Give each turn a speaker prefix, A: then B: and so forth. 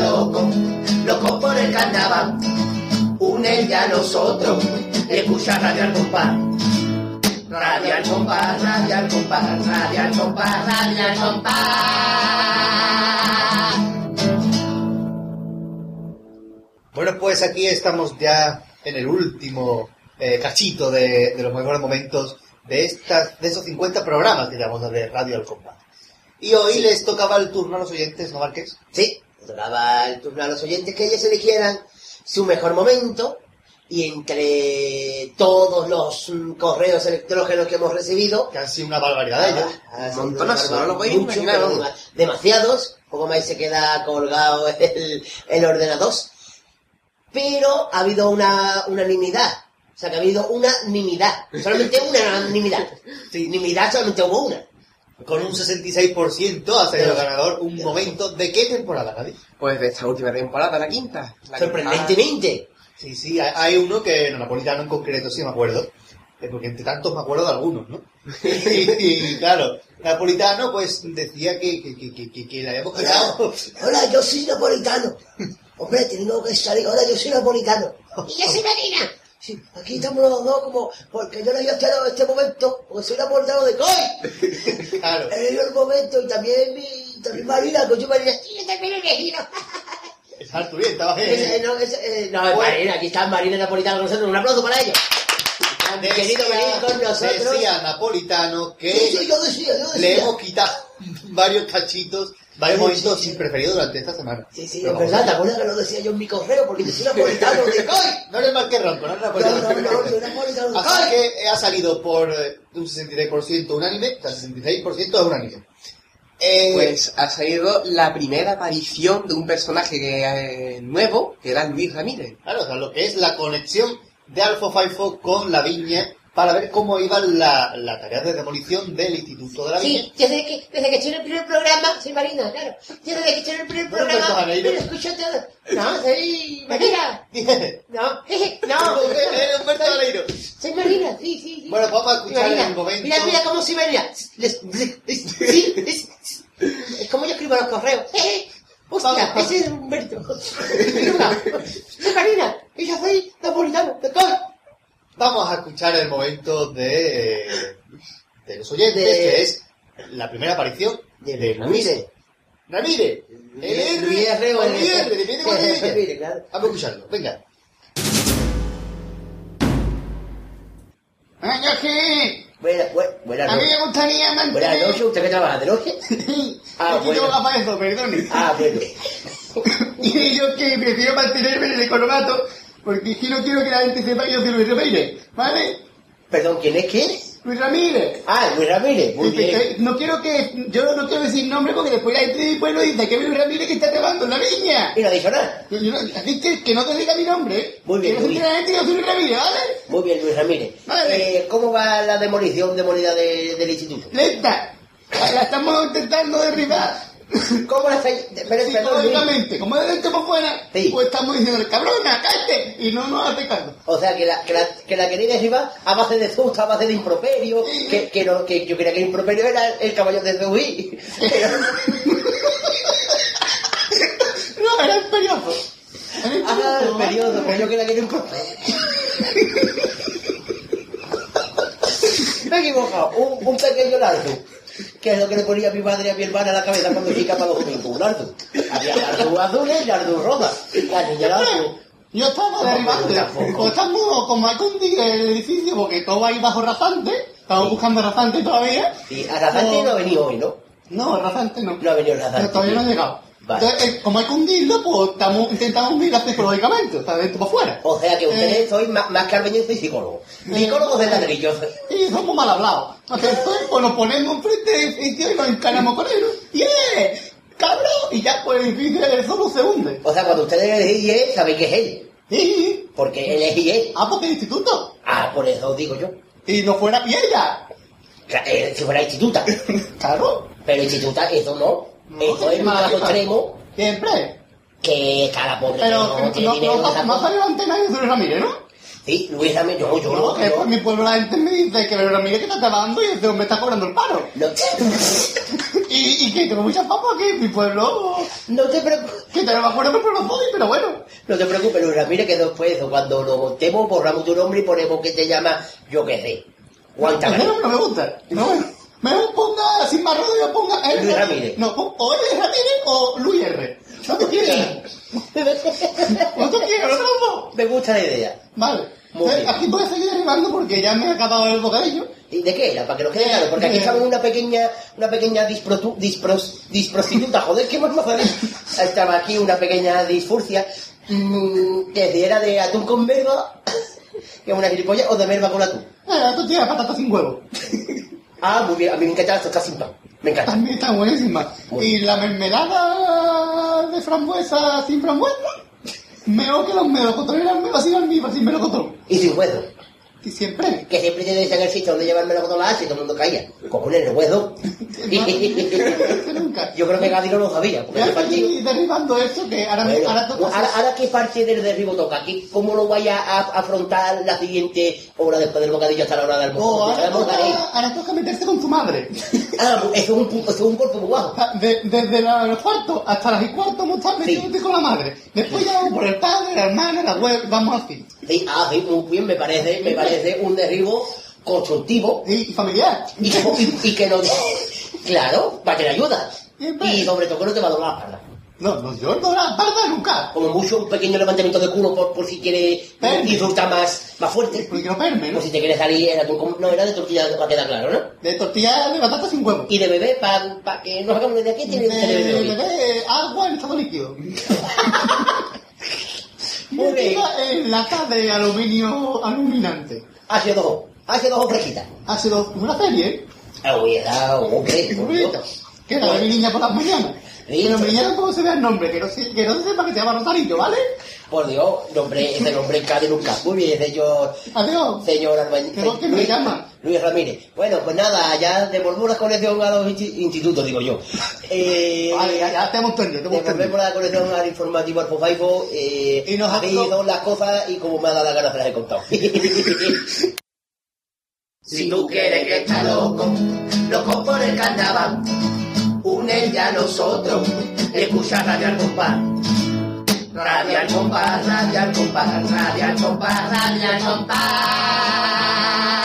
A: loco, loco por el carnaval. Une ya a nosotros y escucha radio al compás. Radio al compás, radio al compás, radio al compás, radio al compás.
B: Bueno, pues aquí estamos ya en el último eh, cachito de, de los mejores momentos de, estas, de esos 50 programas que llevamos de Radio al Compás. Y hoy les tocaba el turno a los oyentes, ¿no, Marqués?
A: Sí, tocaba el turno a los oyentes que ellos eligieran su mejor momento y entre todos los mm, correos electrógenos que hemos recibido,
B: Que han sido una barbaridad ¿eh? de ellos.
A: Ah, sí,
C: Montonazo,
A: barba-
C: no lo podéis
A: mucho,
C: imaginar,
A: pero
C: vamos.
A: Demasiados, poco más se queda colgado el, el ordenador. Pero ha habido una unanimidad. O sea, que ha habido unanimidad. Solamente una unanimidad. Unanimidad solamente hubo una.
B: Con un 66% ha salido ganador un momento. ¿De qué temporada, David?
C: Pues de esta última temporada, la quinta. La quinta.
A: Sorprendentemente.
B: Sí, sí, hay- hay uno que en napolitano en concreto, sí me acuerdo. Eh, Porque entre tantos me acuerdo de algunos, ¿no? Y, y, claro, napolitano pues decía que, que, que, que, que, que le habíamos quedado.
A: Hola, yo soy napolitano. Hombre, tengo que salir. Hola, yo soy napolitano.
D: Y yo soy Medina.
A: Sí, aquí estamos los dos como... Porque yo no había estado en este momento. Porque soy napolitano de COI.
B: Claro.
A: En el momento y también mi... También Marina, con yo Marina...
D: Y yo también he elegido.
B: Exacto, bien, estabas
A: Eh, eh,
B: en...
A: no, es, eh, no, es Marina, aquí está Marina Napolitano con nosotros. Un aplauso para ellos. Han querido venir con nosotros.
B: decía napolitano que
A: Sí, sí, yo decía, yo
B: le
A: decía.
B: hemos quitado varios cachitos, varios
A: Sí,
B: momentos
A: sí, sí.
B: sin preferido durante esta semana.
A: Sí, sí,
B: Pero
A: es verdad,
B: vamos.
A: ¿te acuerdas que lo decía yo en mi correo? Porque yo soy napolitano de COI.
B: No eres mal que Rampo, no eres
A: No,
B: napolitano.
A: no, no, soy napolitano de
B: Así
A: COI.
B: que ha salido por eh, un 63% unánime, o sea, 66% es unánime. Eh,
C: Pues ha salido la primera aparición de un personaje que, eh, nuevo, que era Luis Ramírez.
B: claro, o sea, lo que es la conexión de Alfo Faifo con la viña para ver cómo iba la, la tarea de demolición del Instituto de la Viña.
D: Sí, yo desde que, desde que estoy en el primer programa, soy Marina, claro. Yo desde que estoy en el primer
B: No lo pensaba,
D: programa,
B: Neiro.
D: me lo escucho todo. No, soy Marina.
B: Dije,
D: No, jeje, no.
B: "Eh, Humberto Galeiro".
D: Soy Marina, sí, sí, sí.
B: Bueno, vamos a
A: Soy
B: escuchar
A: Marina.
B: el momento.
A: Mira, mira cómo soy Marina. Les- Sí, es, es como yo escribo los correos. Jeje. Hostia,
B: Vamos.
A: ese es Humberto. Venga, Soy Marina y yo soy napolitano de COI.
B: Vamos a escuchar el momento de, eh, de los oyentes,
A: De-
B: que es la primera aparición de, Luis
A: Ramírez.
B: Ramírez. El R,
A: Luis R o el
B: Luis
A: R.
B: R, depende cuál
A: Sí,
B: es ella.
A: Ramírez, claro.
B: Vamos a escucharlo, venga.
E: Ay, yo sí.
A: Buenas buenas- buenas
E: A mí
A: noches.
E: me gustaría
A: Buenas
E: mantener...
A: noches, ¿usted qué trabaja de noche? Ah,
E: Ah,
A: bueno.
E: para eso, perdone.
A: Ah, bueno.
E: Y yo que prefiero mantenerme en el coronato, porque es que no quiero que la gente sepa que yo soy Luis Ramírez, ¿vale?
A: Perdón, ¿quién es quién?
E: Luis Ramírez.
A: Ah, Luis Ramírez, muy
E: Sí,
A: bien.
E: que- No quiero que... Yo no quiero decir nombre porque después la gente del pueblo dice que es Luis Ramírez que está trabajando en la viña.
A: Y no dijo nada.
E: Yo- yo no- Así que que no te diga mi nombre, ¿eh?
A: Muy bien,
E: Que no
A: muy
E: se entere la gente que yo soy Luis Ramírez, ¿vale?
A: Muy bien, Luis Ramírez.
E: Vale.
A: Eh, ¿Cómo va la demolición demolida de- del instituto?
E: Lenta. La estamos intentando derribar.
A: ¿Cómo la estáis...? Pero, perdón, Luis.
E: Psicológicamente, como de dentro por fuera,
A: Sí.
E: pues estamos diciendo, cabrona, cállate, y no nos hace caso.
A: O sea, que la, que la, que la queréis derribar a base de susto, a base de improperio, que, que, no, que yo creía que el improperio era el caballo de Dewey.
E: No, era el periodo. Era el
A: Ah, el
E: periodo.
A: periodo, pero yo creía que era improperio. Me he equivocado, un, un pequeño lardo. Que es lo que le ponía mi madre a mi hermana a la cabeza cuando chica para los domingos, un lardo. Había lardo azules y lardo rojas. La niña lardo.
E: Yo estaba derribando,
A: Tampoco.
E: o estamos como a Condi del edificio, porque todo ahí bajo rasante, estamos buscando rasante todavía.
A: Y a Razante no ha venido hoy, ¿no?
E: No, rasante no.
A: No ha venido
E: No,
A: Razante.
E: todavía no ha llegado.
A: Vale.
E: Entonces, eh, como hay que hundirlo, pues estamos, intentamos hundirlo psicológicamente, o sea, de dentro para afuera.
A: O sea que ustedes
E: Eh,
A: son más, más carbeños y psicólogos. Psicólogos de ladrillo.
E: Y somos mal hablados. Entonces, pues nos ponemos enfrente del edificio y nos encaramos con él. ¿no? ¡Yeah! ¡Cabrón! Y ya pues el edificio del solo se hunde.
A: O sea, cuando ustedes elegís IE, sabéis que es él.
E: Y,
A: Porque él es IE.
E: ah, porque el instituto.
A: Ah, por eso digo yo.
E: Y no fuera piedra.
A: Cla- eh, Si fuera instituta.
E: Claro.
A: Pero instituta, eso no. Eso es un caso extremo
E: Siempre.
A: que cada pobre
E: Pero
A: que no
E: no,
A: tiene
E: no,
A: dinero.
E: no,
A: esa
E: no
A: cosa.
E: salió ante nadie sobre Ramírez, ¿no?
A: Sí, Luis, dame yo, yo,
E: No,
A: yo.
E: que por mi pueblo la gente me dice que Verónica Miguel que está acabando y este hombre está cobrando el paro.
A: No te,
E: Y, y que tengo muchas papas aquí en mi pueblo.
A: no te preocupes.
E: Que te lo acuerdo que el pueblo jode, pero bueno.
A: No te preocupes, Luis Ramírez, que después, cuando lo montemos, borramos tu nombre y ponemos que te llama, yo qué sé, Juan
E: Es
A: Tamarino.
E: lo que no me gusta. No, mejor ponga, sin más rodeo, ponga R.
A: Luis Ramírez.
E: No, pon- o L Ramírez o Luis R. No te quieres. No te quieres, no te lo
A: Me gusta la idea.
E: Vale. Eh,
A: Muy bien.
E: Aquí voy a seguir derribando porque ya me he acabado el bocadillo.
A: ¿Y de qué era? Para que nos quede claro, porque aquí
E: Bien.
A: estamos una pequeña, una pequeña disprotu- dispros- disprostituta, joder, qué más Estaba aquí una pequeña disfurcia, mm, que si era de atún con verba, que es una gilipollas, o de verba con atún.
E: Ah, tú tienes patatas sin huevo.
A: Ah, muy bien, a mí me encanta esto, está sin pan, me encanta.
E: También está buenísima.
A: Muy
E: Y la mermelada de frambuesa sin frambuesa. Mejor que los melocotones, las melosas sin almíbar, sin melocotón.
A: Y sin hueso,
E: Y siempre.
A: que siempre te decían el sitio donde llevarme la la hace y todo el mundo caía. Cojones, el hueso.
E: Que Este nunca.
A: Yo creo que Gadi no lo sabía, porque
E: Ya
A: ese partido-
E: estoy derribando esto que ahora me
A: Bueno,
E: ahora toca
A: ahora, ahora qué parte del derribo toca, ¿Qué- ¿cómo lo vaya a afrontar la siguiente hora después del bocadillo hasta la hora del almuerzo?
E: No,
A: Porque
E: Oh, ahora
A: sabemos
E: toca,
A: que haré.
E: ahora toca meterse con tu madre.
A: Ah, eso es un, punto- eso es un golpe muy
E: O
A: guapo.
E: sea, de- desde la- los cuartos hasta las y cuarto vamos a estar
A: Sí.
E: metiéndote con la madre. Después ya vamos por el padre, la hermana, la web, vamos así.
A: Sí, ah, sí, muy bien, me parece, me parece un derribo constructivo
E: Y familiar.
A: y, que- y- y que no... Claro, para que le ayuda.
E: Siempre.
A: Y sobre todo que no te va a doblar la espalda.
E: No, no, yo no la barba nunca.
A: Como mucho un pequeño levantamiento de culo por, por si quieres
E: Ven.
A: disfrutar más, más fuerte.
E: Porque no verme, ¿no?
A: Por si te quieres salir, era tu, no era de tortilla, para quedar claro, ¿no?
E: De tortilla de batata sin huevo.
A: Y de bebé, para que nos hagamos una idea, ¿qué
E: De,
A: tiene que tener de bebé?
E: de agua en estado líquido.
A: Muy bien.
E: Metida en lata de aluminio aluminante.
A: Hace dos, hace dos fresquitas.
E: Hace dos, una serie,
A: Ah, cuidado, hombre, por
E: ¿eh?
A: Dios.
E: Que era de mi niña por las mañanas.
A: Listo.
E: Pero mi niña tampoco se vea el nombre, que no, se- que no se sepa que se llama Rosarillo, ¿vale?
A: Por Dios, nombre, ese nombre en Cádiz nunca. Muy bien, señor,
E: Adiós.
A: señor Arbañez.
E: Pero, ¿qué me llama?
A: Luis Ramírez. Bueno, pues nada, ya devolvemos la colección a los insti- institutos, digo yo. Eh,
E: Vale, ya, ya te hemos perdido, te hemos
A: Devolvemos
E: perdido.
A: la colección al informativo al Fofaibo. Eh,
E: Y nos ha
A: habéis
E: dado-
A: dado las cosas y como me ha dado la gana se las he contado.
F: Si tú quieres que está loco, loco por el carnaval, únete a nosotros y escucha Radio al Compás. Radio al Compás, Radio al Compás, Radio al Compás, Radio al Compás.